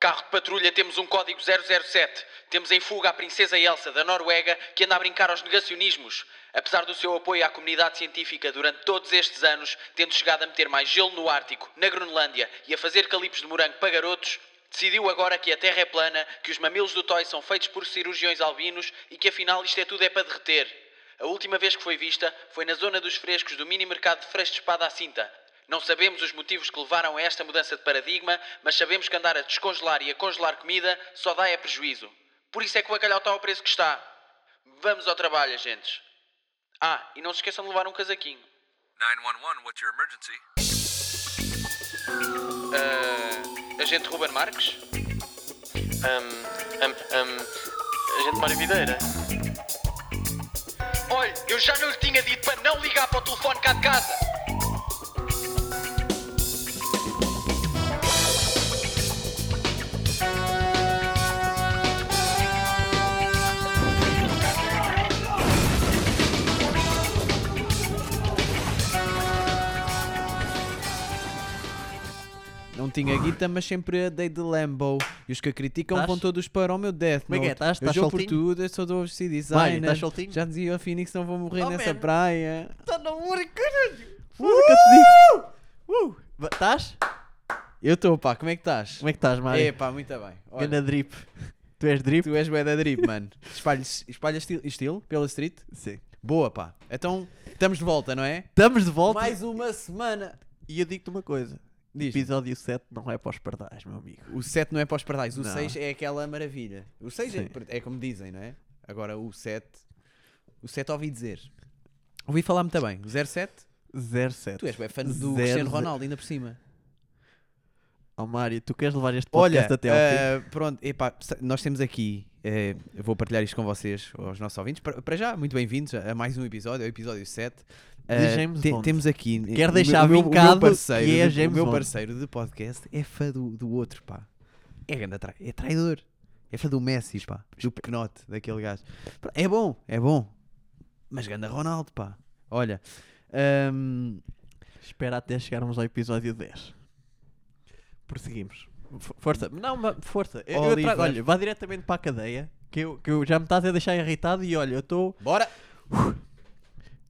carro de patrulha temos um código 007. Temos em fuga a princesa Elsa da Noruega que anda a brincar aos negacionismos. Apesar do seu apoio à comunidade científica durante todos estes anos, tendo chegado a meter mais gelo no Ártico, na Groenlândia e a fazer calipos de morango para garotos, decidiu agora que a Terra é plana, que os mamilos do Toy são feitos por cirurgiões albinos e que afinal isto é tudo é para derreter. A última vez que foi vista foi na zona dos frescos do mini mercado de Freixo de Espada à Cinta, não sabemos os motivos que levaram a esta mudança de paradigma, mas sabemos que andar a descongelar e a congelar comida só dá é prejuízo. Por isso é que o bacalhau está ao preço que está. Vamos ao trabalho, agentes. Ah, e não se esqueçam de levar um casaquinho. 911, what's your emergency? Ah, agente Ruben Marques? Hum, hum, hum, a gente mora em Videira. Olha, eu já não lhe tinha dito para não ligar para o telefone cá de casa. Não tinha guita, mas sempre andei de Lambo. E os que a criticam Tás? vão todos para o meu Death Como é que é? Note. Tás? Eu Tás jogo por soltinho? tudo, eu sou do OC Vai, Designer. tás soltinho? Já dizia o Phoenix, não vou morrer Oh, nessa man. praia. Está na hora, caralho! Uh! Foda que eu te digo. Estás? Eu estou, pá, como é que estás? Como é que estás, Mário? É, pá, muito bem. Olha, Ganda drip. Tu és drip? tu és bué da drip, mano. Espalhas, espalhas estil- estilo pela street? Sim. Boa, pá. Então, estamos de volta, não é? Estamos de volta Mais uma semana. um. e eu digo-te uma coisa. Diz. Episódio 7 não é para os pardais, meu amigo. O 7 não é para os pardais, o Não. 6 é aquela maravilha. O 6 Sim. é, é como dizem, não é? Agora o 7. O 7 ouvi dizer. Ouvi falar muito bem. O 07? 07. Tu és bem fã do Zero, Cristiano zero. Ronaldo, ainda por cima. Oh, Mário, tu queres levar este podcast até ao fim? ah, pronto, epá, sa- nós temos aqui. eh, eu vou partilhar isto com vocês, aos nossos ouvintes. Para para já, muito bem-vindos a a mais um episódio, ao episódio 7. Ah, De James te- Bond. Temos aqui. eh, Quero o deixar meu- o meu- o meu vincado que parceiro é de- James O meu Bond. parceiro de podcast é fã do, do outro, pá. É, grande tra- é traidor. É fã do Messi, pá. Do pequenote, daquele gajo. Pá, É bom, é bom. Mas ganda Ronaldo, pá. Olha. ehm, ahm, Espera até chegarmos ao episódio 10. Prosseguimos. For- Força. Não, ma- força. Eu, eu trago- Oliver. olha, vá diretamente para a cadeia, que eu, que eu já me estás a deixar irritado e olha, eu estou... bora!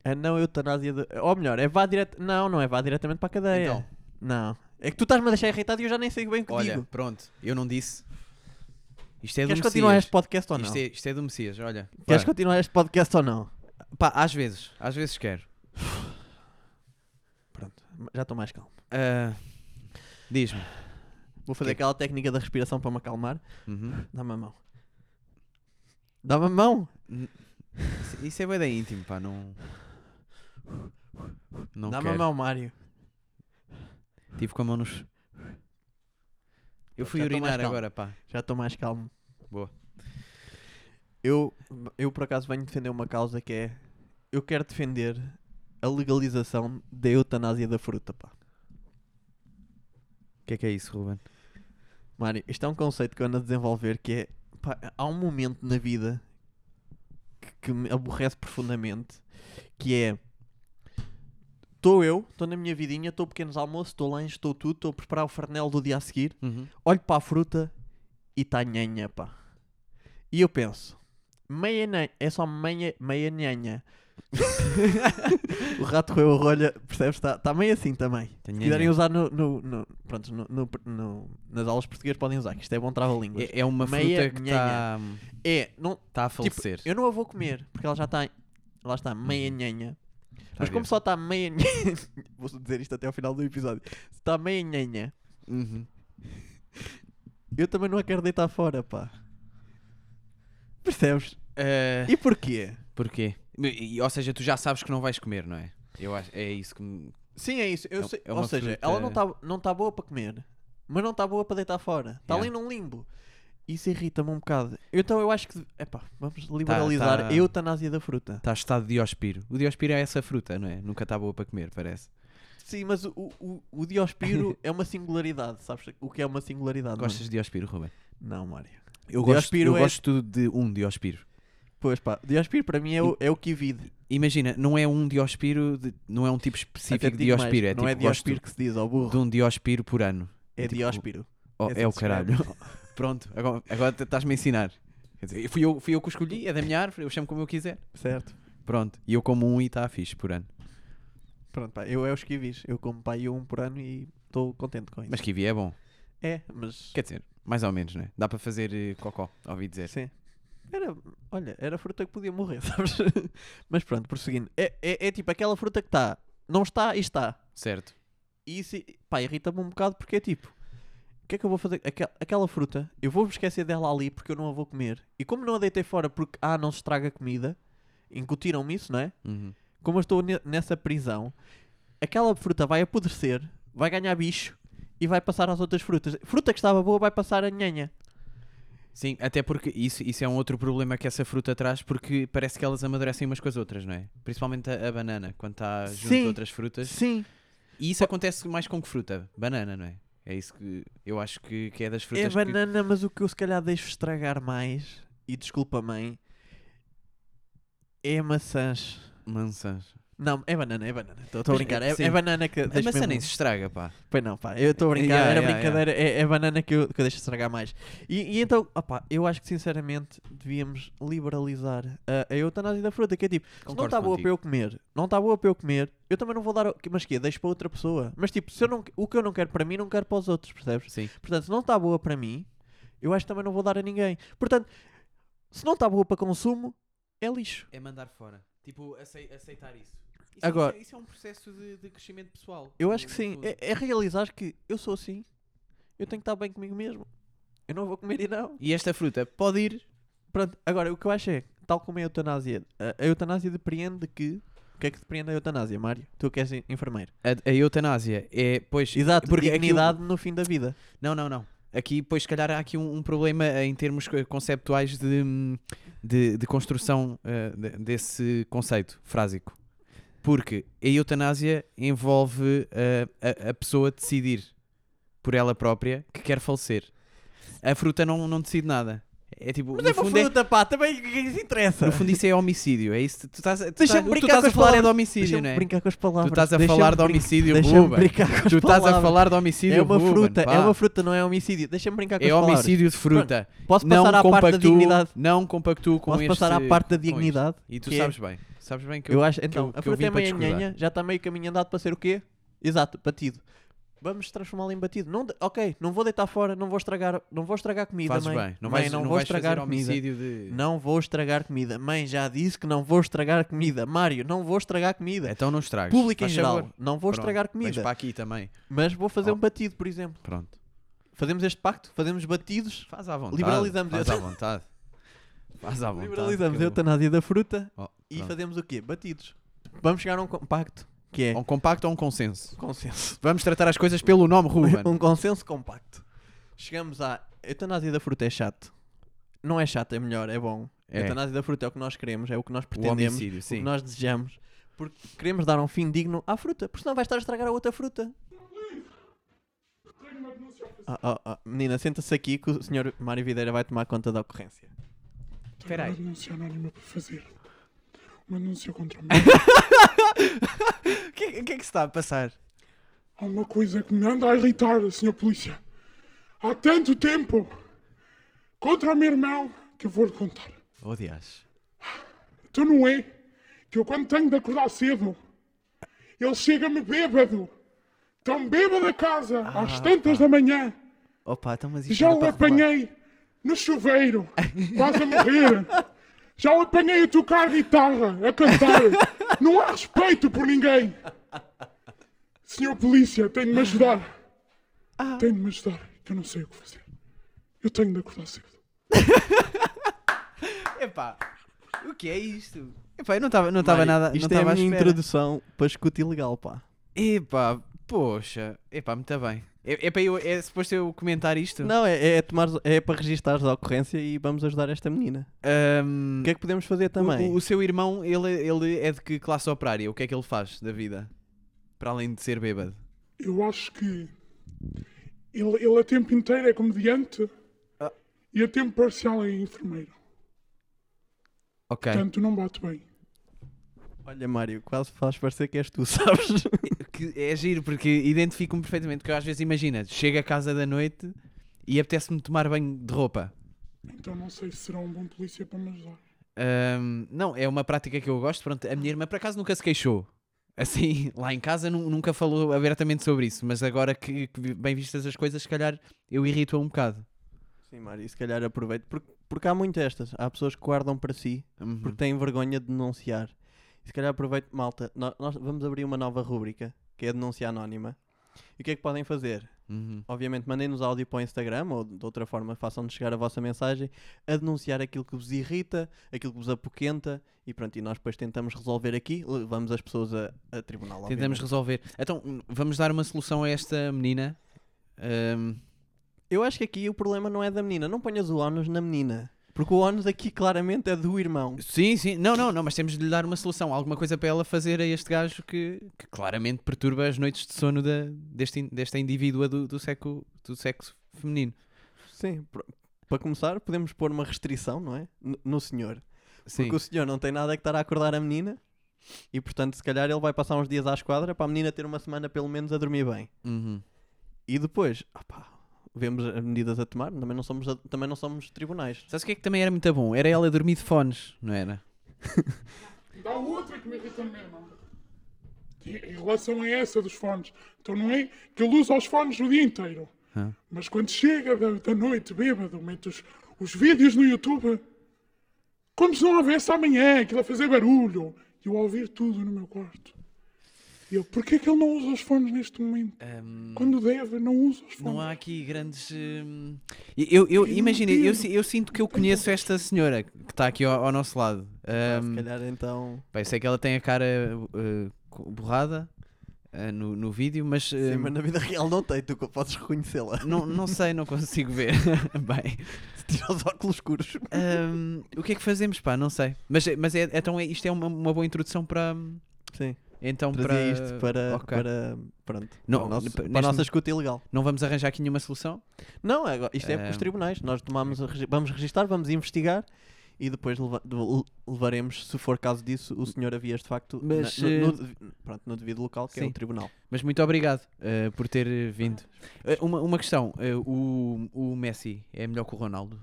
A não eutanásia de... Ou melhor, é vá direto... Não, não é vá diretamente para a cadeia. Então. Não. É que tu estás-me a deixar irritado e eu já nem sei bem o que Olha, digo. pronto, eu não disse. Isto é Queres do Messias. continuar este podcast ou não? isto, é, isto é do Messias, olha. Queres Pá. continuar este podcast ou não? Pá, às vezes, às vezes quero. Pronto, já estou mais calmo. Ah, Diz-me. Vou fazer Que- aquela técnica da respiração para me acalmar. Uhum. Dá-me a mão. Dá-me a mão. Isso- Isso é bem da íntimo, pá, não. Não Dá-me a quero. mão, Mário. Tive com a mão nos. Eu fui Já estou mais urinar calmo. agora, pá. Já estou mais calmo. Boa. Eu, eu, por acaso, venho defender uma causa que é... Eu quero defender a legalização da eutanásia da fruta, pá. O que é que é isso, Ruben? Mário, isto é um conceito que eu ando a desenvolver que é... pá, há um momento na vida que, que me aborrece profundamente, que é... Estou eu, estou na minha vidinha, estou pequenos almoços, estou lanche, estou tudo, estou a preparar o farnel do dia a seguir, Uhum. olho para a fruta e está nhanha, pá. E eu penso, meia nhanha, é só meia, meia nhanha. o rato roeu a rolha, percebes? Está tá meio assim também. Tá Se nhanha. quiserem usar no, no- no- pronto, no- no- no- nas aulas portuguesas podem usar, que isto é bom trava-línguas. É, é uma Meia fruta que está É, não, tá a tipo, falecer. Uhum. eu não a vou comer, porque ela já está, lá está, meia nhanha. Tá Mas a como ver. só está meia nhanha, vou dizer isto até ao final do episódio, se está meia nhanha, Uhum. eu também não a quero deitar fora, pá. Percebes? Ah, E porquê? Porquê? E- e- ou seja, tu já sabes que não vais comer, não é? Eu acho, é isso que me... Sim, é isso. Eu É- sei- é ou uma seja, fruta- ela não está não tá boa para comer, mas não está boa para deitar fora. Está ali Yeah. num limbo. Isso irrita-me um bocado. Então eu acho que. Epá, vamos liberalizar tá- a eutanásia da fruta. Está Tá estado de diospiro. O diospiro é essa fruta, não é? Nunca está boa para comer, parece. Sim, mas o, o, o diospiro é uma singularidade. Sabes o que é uma singularidade? Gostas de diospiro, Ruben? Mano? Não, Mário. Eu gosto, Diospiro eu é- gosto de um diospiro. Pois pá, diospiro para mim é o, é o que vive. Imagina, não é um diospiro, de- não é um tipo Até específico te de digo mais, diospiro. É não tipo, é diospiro que se diz ao gosto burro. de um diospiro por ano. É tipo- diospiro. Oh, É é, assim o que se escreve. caralho. Pronto, agora, agora tu estás-me a ensinar. Quer dizer, fui eu, fui eu que o escolhi, é da minha árvore, eu chamo como eu quiser. Certo. Pronto, e eu como um e está fixe por ano. Pronto, pá, eu é os kiwis. Eu como pá, eu um por ano e estou contente com isso. Mas kiwi é bom. É, mas. Quer dizer, mais ou menos, né? Dá para fazer eh, cocó, ouvi dizer. Sim. Era, olha, era fruta que podia morrer, sabes? mas pronto, prosseguindo. É, é, é tipo aquela fruta que está, não está e está. Certo. E isso, pá, irrita-me um bocado porque é tipo, o que é que eu vou fazer? Aquela, aquela fruta, eu vou-me esquecer dela ali porque eu não a vou comer. E como não a deitei fora porque, ah, não se estraga a comida, incutiram-me isso, não é? Uhum. Como eu estou ne- nessa prisão, aquela fruta vai apodrecer, vai ganhar bicho e vai passar às outras frutas. Fruta que estava boa vai passar a nhanha. Sim, até porque isso, isso é um outro problema que essa fruta traz, porque parece que elas amadurecem umas com as outras, não é? Principalmente a, a banana, quando está junto Sim. de outras frutas. Sim. E isso acontece mais com que fruta? Banana, não é? É isso que eu acho que, que é das frutas É que- banana, mas o que eu se calhar deixo estragar mais, e desculpa mãe, é maçãs. mansãs. Não, é banana, é banana. Estou a Pois, brincar. é, É, sim. é banana que. A deixo maçã mesmo- nem se estraga, pá. Pois não, pá. Eu estou a brincar. Yeah, era yeah, brincadeira. É, é banana que eu, que eu deixo estragar mais. E, e então, opá, eu acho que sinceramente devíamos liberalizar a, a eutanásia da fruta. Que é tipo, se não Concordo está boa contigo. para eu comer, não está boa para eu comer, eu também não vou dar. ao- Mas que Deixo para outra pessoa. Mas tipo, se eu não, o que eu não quero para mim, não quero para os outros, percebes? Sim. Portanto, se não está boa para mim, eu acho que também não vou dar a ninguém. Portanto, se não está boa para consumo, é lixo. É mandar fora. Tipo, aceitar isso. Isso, Agora- é, um processo de, crescimento pessoal. Eu acho que sim. É, é realizar que eu sou assim. Eu tenho que estar bem comigo mesmo. Eu não vou comer e não. E esta fruta pode ir. Pronto, agora o que eu acho é, tal como a eutanásia, a, a eutanásia depreende que. O que é que depreende a eutanásia, Mário? Tu que és en- enfermeiro. A, a eutanásia é, pois. Exato, porque aqui o- dignidade no fim da vida. Não, não, não. Aqui, pois, se calhar há aqui um, um problema eh, em termos co- conceptuais de, hum, de, de construção eh, de- desse conceito frásico. Porque a eutanásia envolve eh, a, a pessoa decidir por ela própria que quer falecer. A fruta não, não decide nada. É tipo, Mas no, é uma fundo é- fruta, pá, também o que é que isso interessa? no fundo isso é homicídio. É isso. Tu estás, tu Deixa-me estás, o que tu brincar estás com a as falar é de palavras. homicídio, Deixa-me não é? brincar com as Tu palavras. estás a Deixa-me falar de brin- homicídio, Deixa-me Ruben. brincar com as Tu estás a palavras. falar de homicídio, É uma Ruben, fruta, pá. é uma fruta, não é homicídio. Deixa-me brincar com É as palavras. homicídio de fruta. Posso passar à parte da compactuo- dignidade? Não compactuo com Posso este... passar à parte da com dignidade, isto. E tu que é- sabes bem. Sabes bem que Eu, eu... acho, então, eu- que a eu fruta vim é para meio discordar. nhanha, já está meio caminho andado para ser o quê? Exato, batido. Vamos transformá-la em batido. Não de- ok, não vou deitar fora, não vou estragar, não vou estragar comida, Fazes mãe. bem. Não Mãe, vais, não não vou vais estragar fazer comida. homicídio de... Não vou estragar comida. Mãe, já disse que não vou estragar comida. Mário, não vou estragar comida. Então não estragas. Público em Faz geral, favor. não vou Pronto, estragar vens comida. para aqui também. Mas vou fazer Oh. um batido, por exemplo. Pronto. Fazemos este pacto, fazemos batidos, Faz à vontade. Liberalizamos Faz eu- à vontade. Faz à vontade. liberalizamos que a eu- eutanásia da fruta Oh, e pronto. fazemos o quê? Batidos. Vamos chegar a um co- pacto que é Um compacto ou um consenso? consenso. Vamos tratar as coisas pelo nome, Ruben. um consenso compacto. Chegamos à eutanásia da fruta é chato. Não é chato, é melhor, é bom. É. A eutanásia da fruta é o que nós queremos, é o que nós O pretendemos, o, homicídio, que sim. nós desejamos. Porque queremos dar um fim digno à fruta, porque senão vai estar a estragar a outra fruta. Ah, ah, ah, Menina, senta-se aqui que o senhor Mário Videira vai tomar conta da ocorrência. Espera aí. Uma denúncia anónima para fazer. Uma denúncia contra mim. O que, o que é que se está a passar? Há uma coisa que me anda a irritar, senhor polícia. Há tanto tempo. Contra o meu irmão, que eu vou-lhe contar. Oh, dias. Tu não é que eu quando tenho de acordar cedo, ele chega-me bêbado. Tão bêbado a casa, às tantas da manhã. Opa, então mas isto Já era o para roubar. apanhei no chuveiro, quase a morrer. Já o apanhei a tocar guitarra, a cantar. Não há respeito por ninguém. Senhor Polícia, tem de me ajudar. Tem de me ajudar, que eu não sei o que fazer. Eu tenho de acordar cedo. Epá, o que é isto? Epá, eu não estava não tava Mário, nada. Isto não é tava a à minha espera. introdução para escuta ilegal, pá. Epá, poxa. Epá, muito bem. É, é, para eu, é suposto eu comentar isto? Não, é, é, tomar, é para registares a ocorrência e vamos ajudar esta menina. Ahm, O que é que podemos fazer também? o, o seu irmão, ele, ele é de que classe operária? O que é que ele faz da vida? Para além de ser bêbado. Eu acho que ele, ele a tempo inteiro é comediante e a tempo parcial é enfermeiro. Ok. Portanto, não bate bem. Olha, Mário, quase faz parecer que és tu, sabes? Que é giro, porque identifico-me perfeitamente. Porque eu às vezes imagina, chego à casa da noite e apetece-me tomar banho de roupa. Então não sei se será um bom polícia para me ajudar. Ahm, não, é uma prática que eu gosto. Pronto, a minha irmã por acaso nunca se queixou. Assim, lá em casa nu- nunca falou abertamente sobre isso, mas agora que, que vi- bem vistas as coisas, se calhar eu irrito-a um bocado. Sim, Mário, e se calhar aproveito. Porque, porque há muito estas. Há pessoas que guardam para si Uhum. porque têm vergonha de denunciar. E se calhar aproveito, malta, nó- nós, vamos abrir uma nova rúbrica que é a denúncia anónima. E o que é que podem fazer? Uhum. Obviamente, mandem-nos áudio para o Instagram ou de outra forma façam-nos chegar a vossa mensagem a denunciar aquilo que vos irrita, aquilo que vos apoquenta e pronto. E nós depois tentamos resolver aqui, levamos as pessoas a, a tribunal. Tentamos obviamente. resolver. Então, vamos dar uma solução a esta menina. Ahm, Eu acho que aqui o problema não é da menina. Não ponhas o ónus na menina. Porque o ónus aqui claramente é do irmão. Sim, sim. Não, não, não, mas temos de lhe dar uma solução, alguma coisa para ela fazer a este gajo que, que claramente perturba as noites de sono da, deste, in- desta indivídua do, do, seco, do sexo feminino. Sim, pr- para começar, podemos pôr uma restrição, não é? N- No senhor. Sim. Porque o senhor não tem nada que estar a acordar a menina e, portanto, se calhar ele vai passar uns dias à esquadra para a menina ter uma semana pelo menos a dormir bem. Uhum. E depois, opá, vemos as medidas a tomar, também não somos, a- também não somos tribunais. Sabes o que é que também era muito bom? Era ela dormir de fones, não era? Dá outra que me irrita mesmo. Em em relação a essa dos fones, então não é que ele usa os fones o dia inteiro. Hã? Mas quando chega da, da noite bêbado, mete os, os vídeos no YouTube. Como se não houvesse amanhã, aquilo a fazer barulho. E eu a ouvir tudo no meu quarto. E eu, porquê que ele não usa os fones neste momento? Quando deve, não usa os fones. Hum. Não há aqui grandes. hum, Eu, eu imagina, eu, si- eu sinto que eu conheço esta senhora que está aqui ao, ao nosso lado. Pá, Hum, Ah, Se calhar então. bem, sei que ela tem a cara uh, co- borrada uh, no, no vídeo, mas. Sim, hum, mas na vida real não tem, tu co- podes reconhecê-la. não, não sei, não consigo ver. bem. Se tira os óculos escuros. Ahm, o que é que fazemos, pá? Não sei. Mas, mas é, então é, isto é uma, uma boa introdução para. hum, Sim, Então para. trazia isto para. Ok. para pronto, Não, para, o pa- nosso- para a neste- nossa escuta ilegal. Não vamos arranjar aqui nenhuma solução? Não, agora, isto é para os Ahm. tribunais. Nós tomamos, a regi- vamos registar, vamos investigar e depois leva- de- le- levaremos, se for caso disso, o senhor a vias de facto na- Mas, no, no eh, devi- pronto, no devido local, que é sim. o tribunal. Mas muito obrigado ah, por ter eh, vindo. Ah, uma, uma questão: ah, o, o Messi é melhor que o Ronaldo?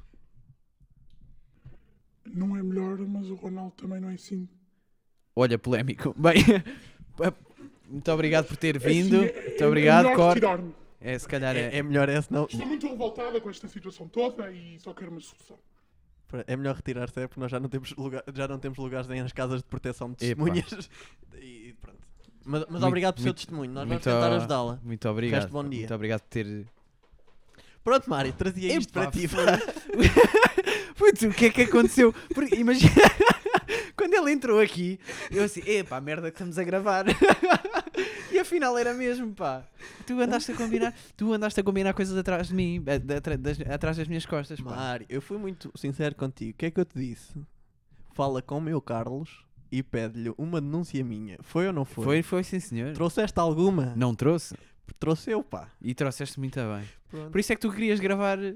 Não é melhor, mas o Ronaldo também não é assim. Olha, polémico. Bem. pá, muito obrigado por ter vindo. É assim, é- Muito é obrigado, melhor Cor. retirar-me. É, se calhar é. É, é melhor essa, não. Estou muito revoltada com esta situação toda e só quero uma solução. É melhor retirar-se, é porque nós já não temos, lugar, já não temos lugares nem nas casas de proteção de testemunhas. E pronto. Mas, mas Muito- obrigado pelo seu muito- testemunho, nós vamos muito tentar o- ajudá-la. Muito obrigado. Resto bom dia. Muito obrigado por ter. Pronto, Mário, trazia isto Epá, para ti. Putz, o que é que aconteceu? Porque, imagina, quando ele entrou aqui, eu assim, epá, merda que estamos a gravar. E afinal era mesmo, pá. Tu andaste a combinar, tu andaste a combinar coisas atrás de mim, eh, de- atra- das- atrás das minhas costas, pá. Mário, eu fui muito sincero contigo. O que é que eu te disse? Fala com o meu Carlos e pede-lhe uma denúncia minha. Foi ou não foi? Foi, foi sim, senhor. Trouxeste alguma? Não trouxe Trouxe eu, pá. e trouxeste muito bem. Pronto. Por isso é que tu querias gravar eh,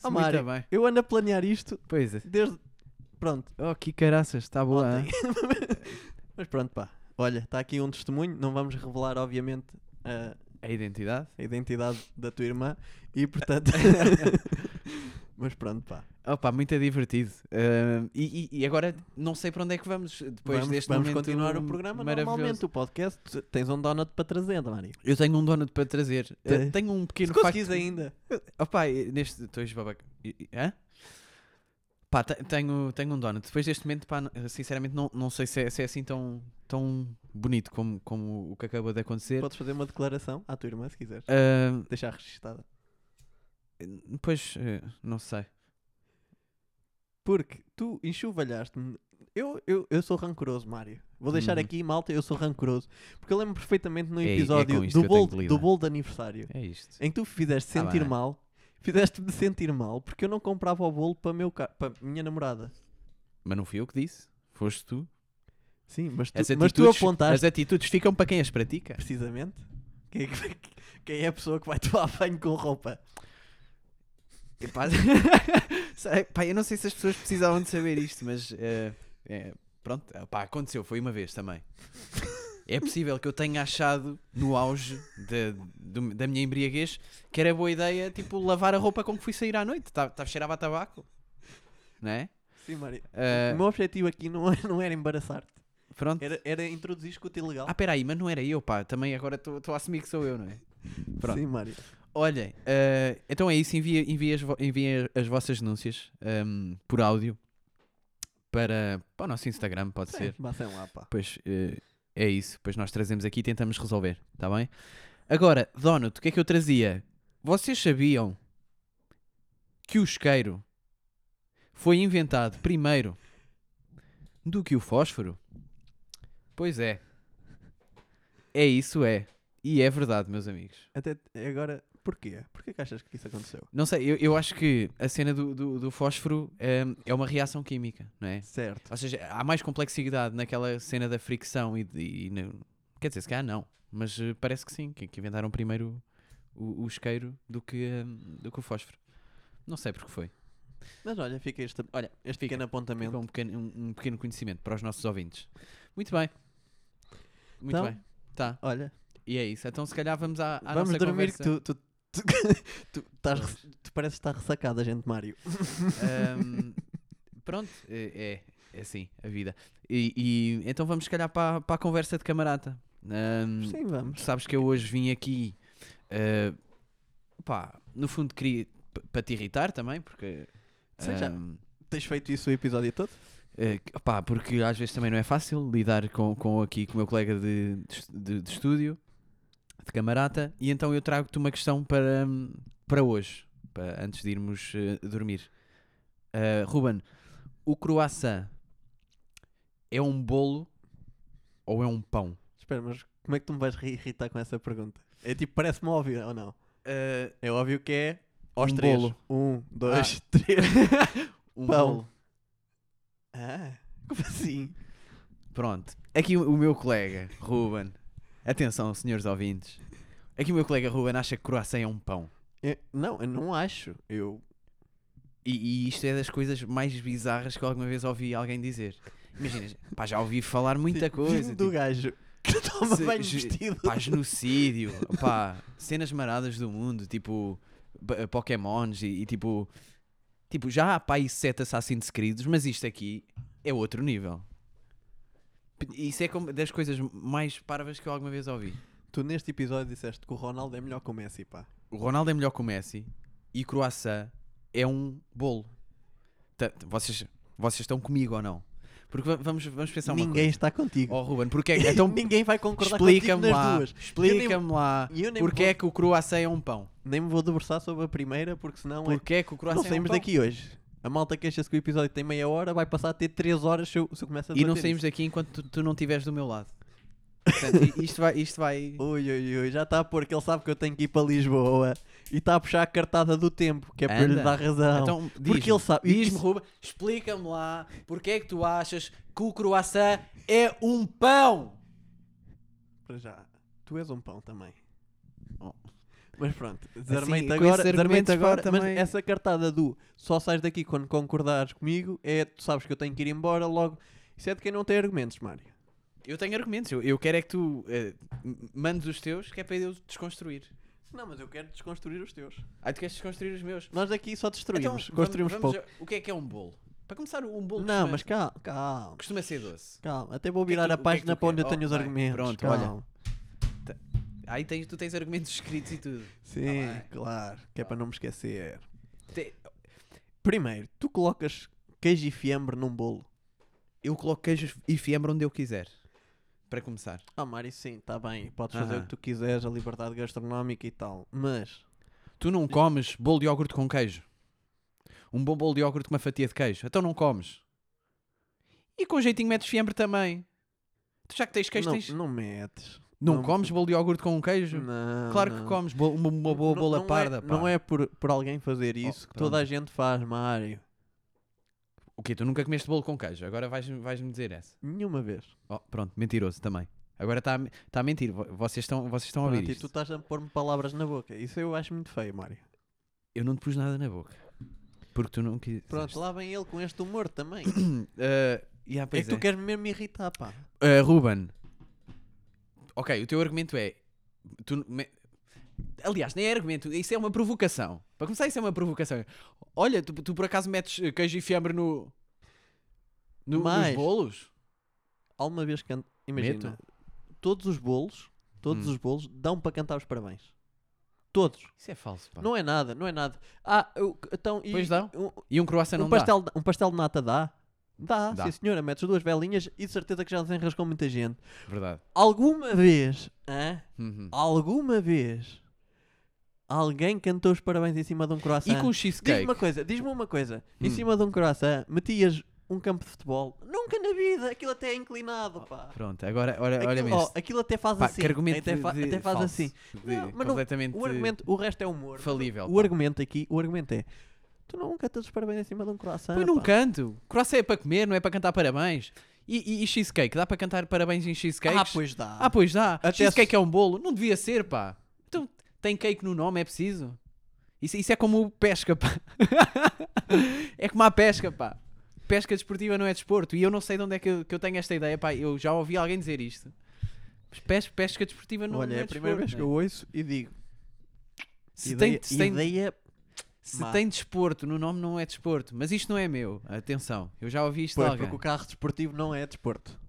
Ah, muito Mário. bem. Eu ando a planear isto Pois é. desde. Pronto. Oh, que caraças, está boa. Ontem. hein? Mas pronto, pá. Olha, está aqui um testemunho. Não vamos revelar, obviamente, a, A identidade. a identidade da tua irmã. E portanto. Mas pronto, pá. Opa, muito divertido. Ah, e, e- e agora não sei para onde é que vamos depois vamos deste vamos momento continuar o programa maravilhoso. normalmente. O podcast tens um donut para trazer, Mário. Eu tenho um donut para trazer. Ah, Tens? tenho um Se pequeno conseguis facto- ainda. Opa, eh, neste. Estou esbabac... e- e- Hã? Pá, te- tenho, tenho um donut. Depois deste momento, pá, n- sinceramente, não, não sei se é, se é assim tão, tão bonito como, como o que acabou de acontecer. Podes fazer uma declaração à tua irmã se quiseres. Ah, Deixar registada. depois, eh, não sei. Porque tu enxovalhaste-me. Eu, eu, eu sou rancoroso, Mário. Vou deixar Uhum. aqui, malta, eu sou rancoroso. Porque eu lembro perfeitamente no É- é episódio com isto que do, eu tenho bolo, que lidar. do bolo de aniversário É isto. em que tu fizeste Tá sentir bem. mal. Fizeste-me sentir mal porque eu não comprava o bolo para, meu ca- para minha namorada. Mas não fui eu que disse. Foste tu. Sim, mas tu, As mas tu atitudes- apontaste As atitudes ficam para quem as pratica. precisamente quem é, que- quem é a pessoa que vai tomar banho com roupa. Epá, sei- pá, eu não sei se as pessoas é, precisavam de saber isto, mas eh, eh, pronto, Ah, pá, aconteceu, foi uma vez também. É possível que eu tenha achado no auge da- do- da minha embriaguez que era boa ideia, tipo, lavar a roupa com que fui sair à noite. Estava cheirava a tabaco. Não é? Sim, Mário. Ah, O meu objetivo aqui não, é- não era embaraçar-te, pronto. era, era introduzir escuta ilegal. Ah, peraí, mas não era eu, pá. Também agora estou a assumir que sou eu, não é? pronto. Sim, Mário. Olhem, eh, então é isso. Envia, envia as, vo- envia as vossas denúncias ehm, por áudio para, para o nosso Instagram, pode ser. Batem lá, pá. Pois eh, é isso. Depois nós trazemos aqui e tentamos resolver, está bem? Agora, Donut, o que é que eu trazia? Vocês sabiam que o isqueiro foi inventado primeiro do que o fósforo? Pois é. É isso, é. E é verdade, meus amigos. Até agora, porquê? Porquê que achas que isso aconteceu? Não sei, eu, eu acho que a cena do, do, do fósforo ehm, é uma reação química, não é? Certo. Ou seja, há mais complexidade naquela cena da fricção e. de- e no- quer dizer, se calhar não, mas eh, parece que sim, que, que inventaram primeiro o, o isqueiro do que, ehm, do que o fósforo. Não sei porque foi. Mas olha, fica este, Olha, este fica. pequeno apontamento. Fica um pequeno, um, um pequeno conhecimento para os nossos ouvintes. Muito bem. Muito Então? bem. Tá, Olha, e é isso. Então, se calhar, vamos à, à vamos nossa dormir conversa. que tu, tu, tu, tu, estás, tu pareces estar ressacado, a gente, Mário. Ahm, pronto, é, é, é assim a vida. E, e então vamos, se calhar, para, para a conversa de camarada. Ahm, Sim, vamos. sabes que eu hoje vim aqui, ah, pá, no fundo, queria p- para te irritar também, porque. Sim, já. ahm, Tens feito isso o episódio todo? eh, que- pá, porque às vezes também não é fácil lidar com, com aqui com o meu colega de, de est- de- de estúdio, de camarada, e então eu trago-te uma questão para, hum, para hoje, para, antes de irmos eh, dormir. Ah, Ruben, o croissant é um bolo ou é um pão? Espera, mas como é que tu me vais re- irritar com essa pergunta? É tipo, parece-me óbvio ou não? Eh, É óbvio que é aos Um três. bolo. Ah. Um, dois, três. um Pão. bolo. Ah, como assim? Pronto. Aqui o o meu colega, Ruben. Atenção, senhores ouvintes. Aqui o meu colega Ruben acha que croissant é um pão. Eu- não, eu não acho. Eu. E, e isto é das coisas mais bizarras que eu alguma vez ouvi alguém dizer. Imagina, pá, já ouvi falar muita Tipo, coisa. vindo do tipo, gajo que toma se- banho ge- vestido. Pá, genocídio, pá, cenas maradas do mundo, tipo b- Pokémons e, e tipo. Tipo, já há pá e sete Assassin's Creed, mas isto aqui é outro nível. P- Isso é como- das coisas mais parvas que eu alguma vez ouvi. Tu neste episódio disseste que o Ronaldo é melhor que o Messi, pá. O Ronaldo é melhor que o Messi e croissant é um bolo. Ta- ta- Vocês, vocês estão comigo ou não? Porque va- vamos, vamos pensar uma Ninguém coisa. está contigo. Oh, Ruben, porque é que. Então, Ninguém vai concordar contigo explica-me nas lá. duas. Eu nem, Explica-me lá. eu nem Porque vou- é que o croissant é um pão? nem me vou debruçar sobre a primeira, porque senão é- Porque é que o croissant Não é um saímos pão? daqui hoje. A malta queixa-se que o episódio tem meia hora, vai passar a ter 3 horas se eu, se eu começo a E não debater saímos nisso. daqui enquanto tu, tu não estiveres do meu lado. Portanto, i- isto vai. Isto vai... Ui, ui, ui, já está porque ele sabe que eu tenho que ir para Lisboa e está a puxar a cartada do tempo, que é para Anda. lhe dar razão. Então, porque diz-me, ele sabe. Diz-me, Isso- Ruben, explica-me lá porque é que tu achas que o croissant é um pão? Para já, tu és um pão também. Oh. Assim, Mas pronto, desarmei-te com agora, esses desarmei-te argumentos, pá, agora mas também- essa cartada do só sais daqui quando concordares comigo é tu sabes que eu tenho que ir embora logo. Isso é de quem não tem argumentos, Mário. Eu tenho argumentos, eu, eu quero é que tu eh, m- mandes os teus, que é para eu desconstruir. Não, mas eu quero desconstruir os teus. Ah, tu queres desconstruir os meus? Nós aqui só Então, destruímos, vamos- construímos vamos pouco. a- O que é que é um bolo? Para começar, um bolo costuma, Não, mas calma, calma, costuma ser doce. calma. Até vou que é virar que a tu- o que é que página tu para onde eu queres? tenho os Oh, bem, argumentos. pronto, Tá calma. Aí tens, tu tens argumentos escritos e tudo. Sim, bem. Tá claro, que é para não me esquecer. Te- Primeiro, tu colocas queijo e fiambre num bolo. Eu coloco queijo e fiambre onde eu quiser. Para começar. Ah, Mário, sim, está bem. Podes fazer o Aham. que tu quiseres, a liberdade gastronómica e tal. Mas, Tu não comes bolo de iogurte com queijo. Um bom bolo de iogurte com uma fatia de queijo. Então não comes. E com jeitinho metes fiambre também. Tu já que tens queijo, não, tens... não metes. Não, não- comes bolo de iogurte com queijo? Não, Claro que não. comes bol- uma, uma boa Não- bola não é- parda. pá. Oh, Não é por, por alguém fazer isso que toda a pronto. gente faz, Mário. O quê? Tu nunca comeste bolo com queijo? Agora vais-me vais-me dizer essa. Nenhuma vez. Oh, pronto, mentiroso também. Agora está a, me- tá a mentir. Vo- Vocês estão, vocês estão a ouvir Pronto, e isto. tu estás a pôr-me palavras na boca. Isso eu acho muito feio, Mário. Eu não te pus nada na boca. Porque tu não quis. Pronto, lá vem ele com este humor também. Uh, yeah, é pois que tu queres mesmo me irritar, pá. Uh, Ruben, argumento. Ok, o teu argumento é. tu- me- aliás, nem é argumento, isso é uma provocação. Para começar, isso é uma provocação. Olha, tu, tu por acaso metes eh, queijo e fiambre no. no nos Mas- bolos? Alguma vez canto. Imagina, todos os bolos, todos Hum. os bolos dão para cantar os parabéns. Todos. Isso é falso, pá. Não é nada, não é nada. Ah, eu- então. E, Pois dão. Um, E um croissant não um pastel, de- um pastel de nata dá? Dá, Dá. sim senhora. Metes duas velinhas e de certeza que já desenrascou muita gente. dá. Verdade. Alguma vez, hã? Uhum. Alguma vez alguém cantou os parabéns em cima de um croissant? E com o Diz-me cheesecake? Hum. uma coisa, diz-me uma coisa. Em cima de um croissant metias um campo de futebol? Nunca na vida, aquilo até é inclinado, pá. Pronto, agora olha, olha aquilo, mesmo. oh, aquilo até faz Pá, assim. que argumento até, fa- de- até faz falso, assim. de- Não, mas não- completamente o, argumento, o resto é humor. falível. O pá. argumento aqui, o argumento é. Tu não cantas os parabéns em cima de um croissant. Põe num pá. canto. Croissant é para comer, não é para cantar parabéns. E, e- e cheesecake? Dá para cantar parabéns em cheesecake? Ah, pois dá. Ah, pois dá. Até cheesecake se- é um bolo. Não devia ser, pá. Então, tem cake no nome, é preciso. Isso, isso é como pesca, pá. é como a pesca, pá. Pesca desportiva não é desporto. E eu não sei de onde é que eu, que eu tenho esta ideia, pá. Eu já ouvi alguém dizer isto. Mas pes- pesca desportiva não, Olha, não é é a primeira vez que eu desporto, né? ouço e digo. Se ideia, tem, se tem- ideia se má. tem desporto no nome, não é desporto. Mas isto não é meu. Atenção, eu já ouvi isto de Pois, alguém. porque o carro desportivo não é desporto.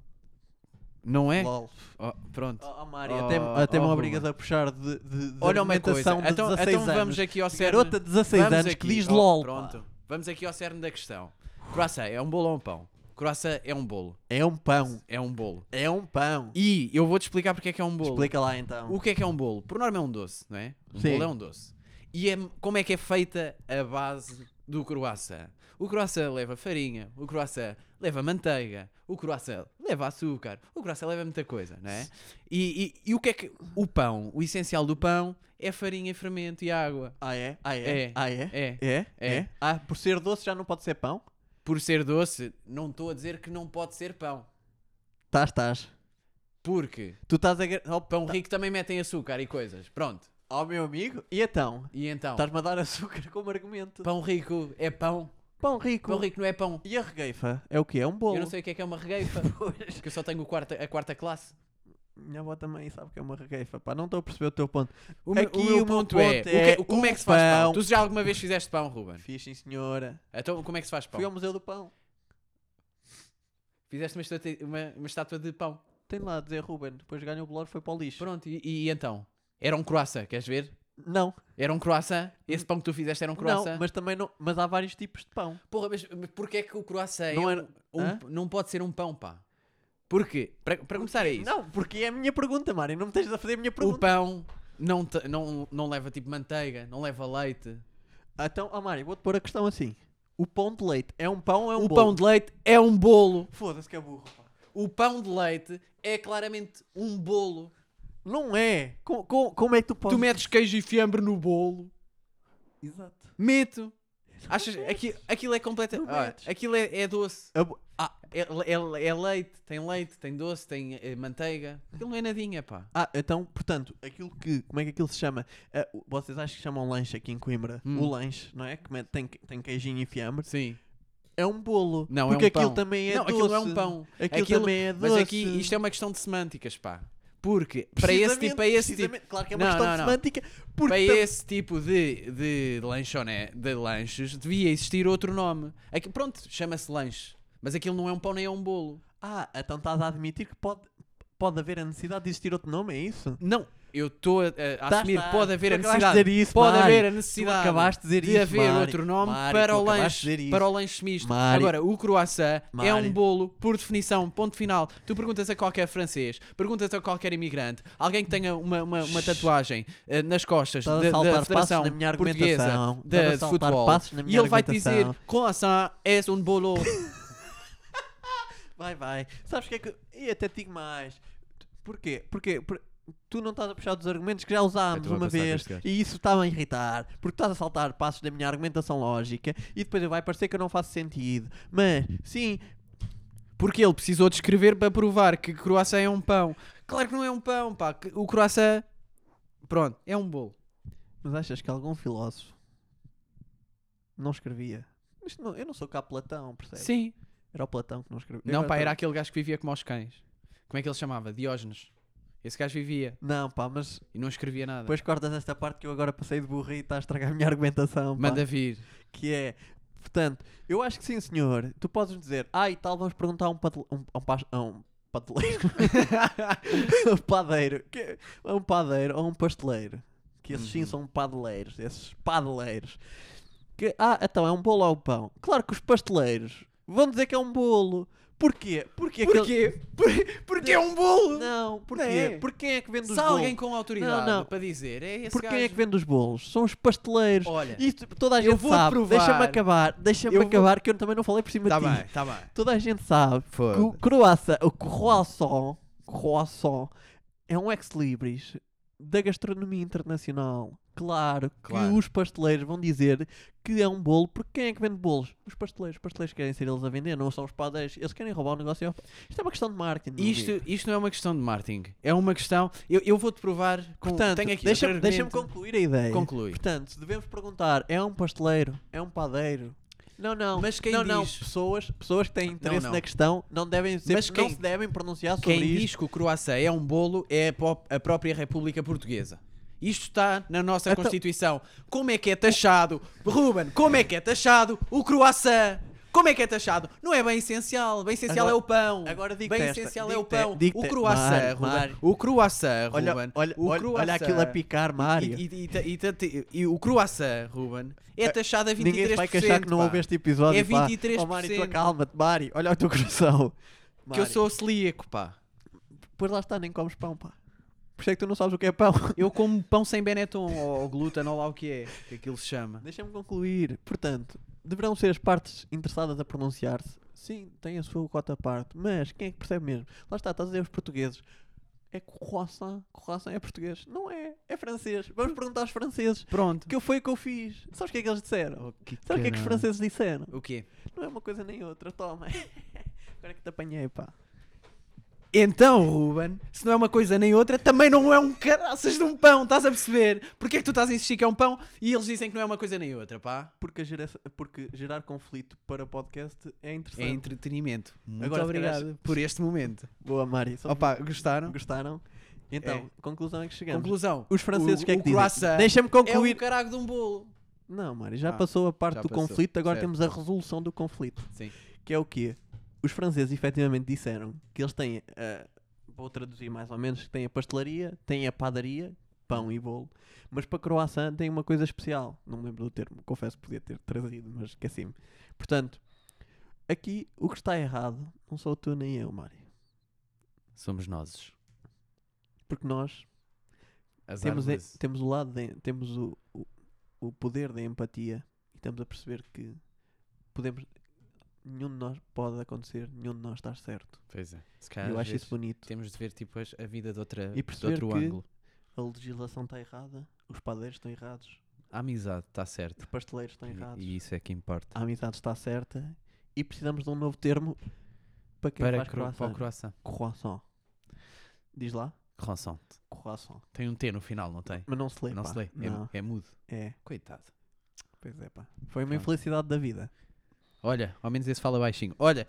Não é? Lol. Oh, pronto. Oh, oh, Mário, Oh, até, me- até oh, me obrigas Ruben. a puxar de, de, de Olha uma coisa. argumentação de Então, 16 então anos. vamos aqui ao cerne. Garota de 16 Vamos anos que aqui diz ao- LOL. Pronto. pá. Vamos aqui ao cerne da questão. Croissant é um bolo ou um pão? Croissant é um bolo. É um pão. É um bolo. É um pão. E eu vou-te explicar porque é que é um bolo. Explica lá então. O que é que é um bolo? Por norma é um doce, não é? Um Sim. bolo é um doce. E é, como é que é feita a base do croissant? O croissant leva farinha, o croissant leva manteiga, o croissant leva açúcar, o croissant leva muita coisa, não é? E, e- e o que é que... O pão, o essencial do pão é farinha, fermento e água. Ah, é? Ah, é? É. Ah, é? É. É? É. É? Ah, por ser doce já não pode ser pão? Por ser doce, não estou a dizer que não pode ser pão. Estás, estás. Porque Tu estás a. gra- Oh, pão tá- rico também metem açúcar e coisas. Pronto. Ó, meu amigo. E então? E então, Estás-me a dar açúcar como argumento. pão rico é pão. Pão rico. Pão rico não é pão. E a regueifa? É o quê? É um bolo. Eu não sei o que é que é uma regueifa. Pois. Porque eu só tenho o quarta- a quarta classe. Minha avó também sabe que é uma regueifa. Pá, não estou a perceber o teu ponto. O, meu- Aqui o meu o meu ponto, ponto é, o que- é o- como é que se o faz pão? pão. Tu já alguma vez fizeste pão, Ruben? Fiz sim, senhora. Então, como é que se faz pão? Fui ao Museu do Pão. Fizeste uma, estátua- uma- uma estátua de pão. Tem lá a dizer Ruben. Depois ganha o blog foi para o lixo. Pronto, e, e então? Era um croissant, queres ver? Não, Era um croissant? Esse pão que tu fizeste era um croissant? não, mas também não. Mas há vários tipos de pão. Porra, mas, mas porquê é que o croissant Não é era- um- um- Hã? não pode ser um pão, pá? Porquê? Para, para começar é isso. Não, porque é a minha pergunta, Mário. Não me tens a fazer a minha o pergunta. pão não, te- não, não leva tipo manteiga, não leva leite. Ah, Então, ó Mário, vou-te pôr a questão assim. O pão de leite é um pão ou é um o bolo? pão de leite é um bolo. Foda-se que é burro. pá. O pão de leite é claramente um bolo. Não é. Com, com- como é que tu podes... Tu metes queijo e fiambre no bolo. Exato. Meto. Achas, aquilo, aquilo é completa. Não Ah, metes. aquilo é, é doce. A bo- Ah, é, é- é leite, tem leite, tem doce, tem eh, manteiga. Aquilo não é nadinha, pá. Ah, então, portanto, aquilo que. Como é que aquilo se chama? Ah, o- vocês acham que chamam lanche aqui em Coimbra? Hum. O lanche, não é? Que mete- tem, tem queijinho e fiambre. Sim. É um bolo. Não, porque é um pão. aquilo também é não, doce. aquilo é um pão. Aquilo, também é doce. Mas aqui isto é uma questão de semânticas, pá. Porque para esse tipo, é esse tipo. precisamente. Claro que é uma Não, questão não, não. semântica. Porque Para tam- esse tipo de, de lanchone, de lanches, devia existir outro nome. Aqui, pronto, chama-se lanche. Mas aquilo não é um pão nem é um bolo. Ah, então estás a admitir que pode, pode haver a necessidade de existir outro nome, é isso? Não, eu estou a, a Tá, assumir, tá. pode haver Tu a acabaste necessidade. de dizer isso, pode Mário. haver a Tu necessidade acabaste de dizer de isso, haver Mário. outro nome Mário, para, tu o acabaste lanche, de dizer isso. para o lanche misto. Mário. Agora, o croissant é um Mário. bolo, por definição, ponto final. Tu perguntas a qualquer francês, perguntas a qualquer imigrante, alguém que tenha uma, uma, uma tatuagem eh, nas costas Estás a da, da saltar passos Federação na minha Portuguesa argumentação. de, Estás a de saltar futebol passos na e minha ele vai te dizer argumentação. croissant é um bolo. Vai, vai. Sabes o que é que. E até te digo mais. Porquê? Porquê? Por- Tu não estás a puxar dos argumentos que já usámos estou a uma passar com vez este gajo. e isso está-me a irritar porque estás a saltar passos da minha argumentação lógica e depois vai parecer que eu não faço sentido. Mas, sim, Porque ele precisou de escrever para provar que croissant é um pão. Claro que não é um pão, pá. que O croissant, pronto, é um bolo. mas achas que algum filósofo não escrevia? Isto não- eu não sou cá Platão, percebes? Sim. Era o Platão que não escreveu. Não, pá, era aquele gajo que vivia como aos cães. Como é que ele se chamava? Diógenes. Esse gajo vivia Não, pá, mas e não escrevia nada. depois cortas esta parte que eu agora passei de burro e está a estragar a minha argumentação. pá. Manda vir. Que é. Portanto, eu acho que sim, senhor. Tu podes dizer, ah, e tal, vamos perguntar a um, patele... um, a um, pas- a um pateleiro. um padeiro. Que... A um padeiro ou a um pasteleiro. Que esses Uhum. sim são padeleiros. Esses padeleiros. Que... Ah, então é um bolo ou um pão? Claro que os pasteleiros vão dizer que é um bolo. Porquê? Porquê? que eles- Porquê? Por- Porque é um bolo! Não, porquê? Não é? Por quem é que vende os Se há alguém bolos? com autoridade Não, não. para dizer, é esse Por gajo. quem é que vende os bolos? São os pasteleiros. Olha, Isto toda a eu gente vou sabe. provar. Deixa-me acabar. Deixa-me Eu vou- acabar que eu também não falei por cima Tá de ti. bem, tá bem. Toda a gente sabe que o Foda-se. croissant, o croissant, croissant é um ex-libris da gastronomia internacional. Claro, Claro. que os pasteleiros vão dizer que é um bolo, porque quem é que vende bolos? Os pasteleiros. Os pasteleiros querem ser eles a vender, não são os padeiros. Eles querem roubar o negócio. ao- Isto é uma questão de marketing. meu amigo. Isto, isto não é uma questão de marketing. É uma questão. Eu, eu vou-te provar com. Portanto, tenho aqui deixa- outro deixa-me argumento. concluir a ideia. Conclui. Portanto, se devemos perguntar, é um pasteleiro? É um padeiro? Não, não. Mas quem não, não. diz? Pessoas, pessoas que têm interesse não. na questão não devem ser, Mas não quem- se devem pronunciar sobre Quem isto. diz que o croissant é um bolo é a, pó- a própria República Portuguesa. Isto está na nossa Então- Constituição. Como é que é taxado? Ruben, como é que é taxado o croissant? Como é que é taxado? Não é bem essencial. Bem essencial Agora- é o pão. agora digo-te Bem esta, essencial é o digo-te- pão. digo-te- O croissant, Mário, Ruben. Mário. O croissant, Olha, Ruben. olha, O olha, olha aquilo a croissant. picar, Mário. Eh, E, e- e- e- e- e- e o croissant, Ruben, é taxado a 23%. Ninguém se vai queixar que não pá. houve este episódio. É pá. 23%. Oh, Mário, tu acalma-te, Mário. Olha o teu coração. Que eu Mário, sou celíaco, pá. Pois lá está, nem comes pão, pá. Por isso é que tu não sabes o que é pão. Eu como pão sem Benetton ou glúten ou lá o que é, que aquilo se chama. Deixa-me concluir. Portanto, deverão ser as partes interessadas a pronunciar-se. Sim, tem a sua quota à parte, mas quem é que percebe mesmo? Lá está, estás a dizer os portugueses. É croissant, croissant é português. Não é, é francês. Vamos perguntar aos franceses. Pronto. Que foi o que eu fiz? Sabes o que é que eles disseram? Oh, que Sabes o que é que caralho. os franceses disseram? O quê? Não é uma coisa nem outra, toma. Agora é que te apanhei, pá. Então, Ruben, se não é uma coisa nem outra, também não é um caraças de um pão, estás a perceber? Porque é que tu estás a insistir que é um pão e eles dizem que não é uma coisa nem outra, pá? Porque, a gera- porque gerar conflito para podcast é É interessante. entretenimento. Muito Agora, se Então, obrigado calhar- por este momento. Boa, Mari. Só Opa, gostaram? gostaram? Então, conclusão é que chegamos. Conclusão. Os franceses o, que é que o dizem? croissant Deixa-me concluir. É um carago de um bolo. Não, Mário, já Ah, passou a parte já do passou, conflito, agora certo. temos a resolução do conflito. Sim. Que é o quê? Os franceses efetivamente disseram que eles têm, a- vou traduzir mais ou menos, que têm a pastelaria, têm a padaria, pão e bolo, mas para croissant têm uma coisa especial. Não me lembro do termo, confesso que podia ter trazido, mas esqueci-me. Portanto, aqui o que está errado não sou tu nem eu, Mário. Somos nós. Porque nós temos, e- temos o lado, de- temos o, o, o poder da empatia e estamos a perceber que podemos, nenhum de nós pode acontecer, nenhum de nós está certo. Pois é. Se E calhar eu às acho vezes isso bonito. Temos de ver tipo as- a vida de, outra, E de perceber outro que- ângulo. A legislação está errada, os padeiros estão errados, A amizade tá está os certa. pasteleiros estão E- errados, E isso é que importa. a amizade está certa e precisamos de um novo termo é para quem Para, faz cro- para o croissant. croissant. Croissant. Diz lá, Croissant. croissant. Tem um T no final, não tem? Mas não se lê, não pá. se lê. É- Não. É, mudo. É, Coitado. pois é, pá. Foi uma Pronto. infelicidade da vida. Olha, ao menos esse fala baixinho. Olha,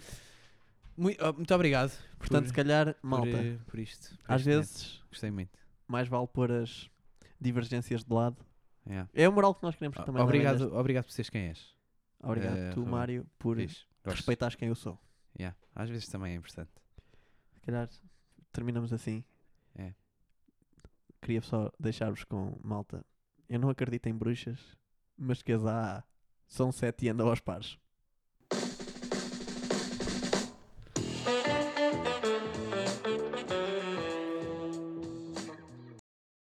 mui- oh, muito obrigado. Portanto, por, se calhar, por, malta, eh, por isto. por às este momento. vezes... Gostei muito. mais vale pôr as divergências de lado. Yeah. É a moral que nós queremos também. dar Obrigado, nesta- obrigado por seres quem és. Obrigado, eh, tu, Ruben. Mário, por Fixe. Gosto. respeitares quem eu sou. Yeah. Às vezes também é importante. Se calhar terminamos assim. É. Queria só deixar-vos com malta. Eu não acredito em bruxas, mas que as há são sete e andam aos pares.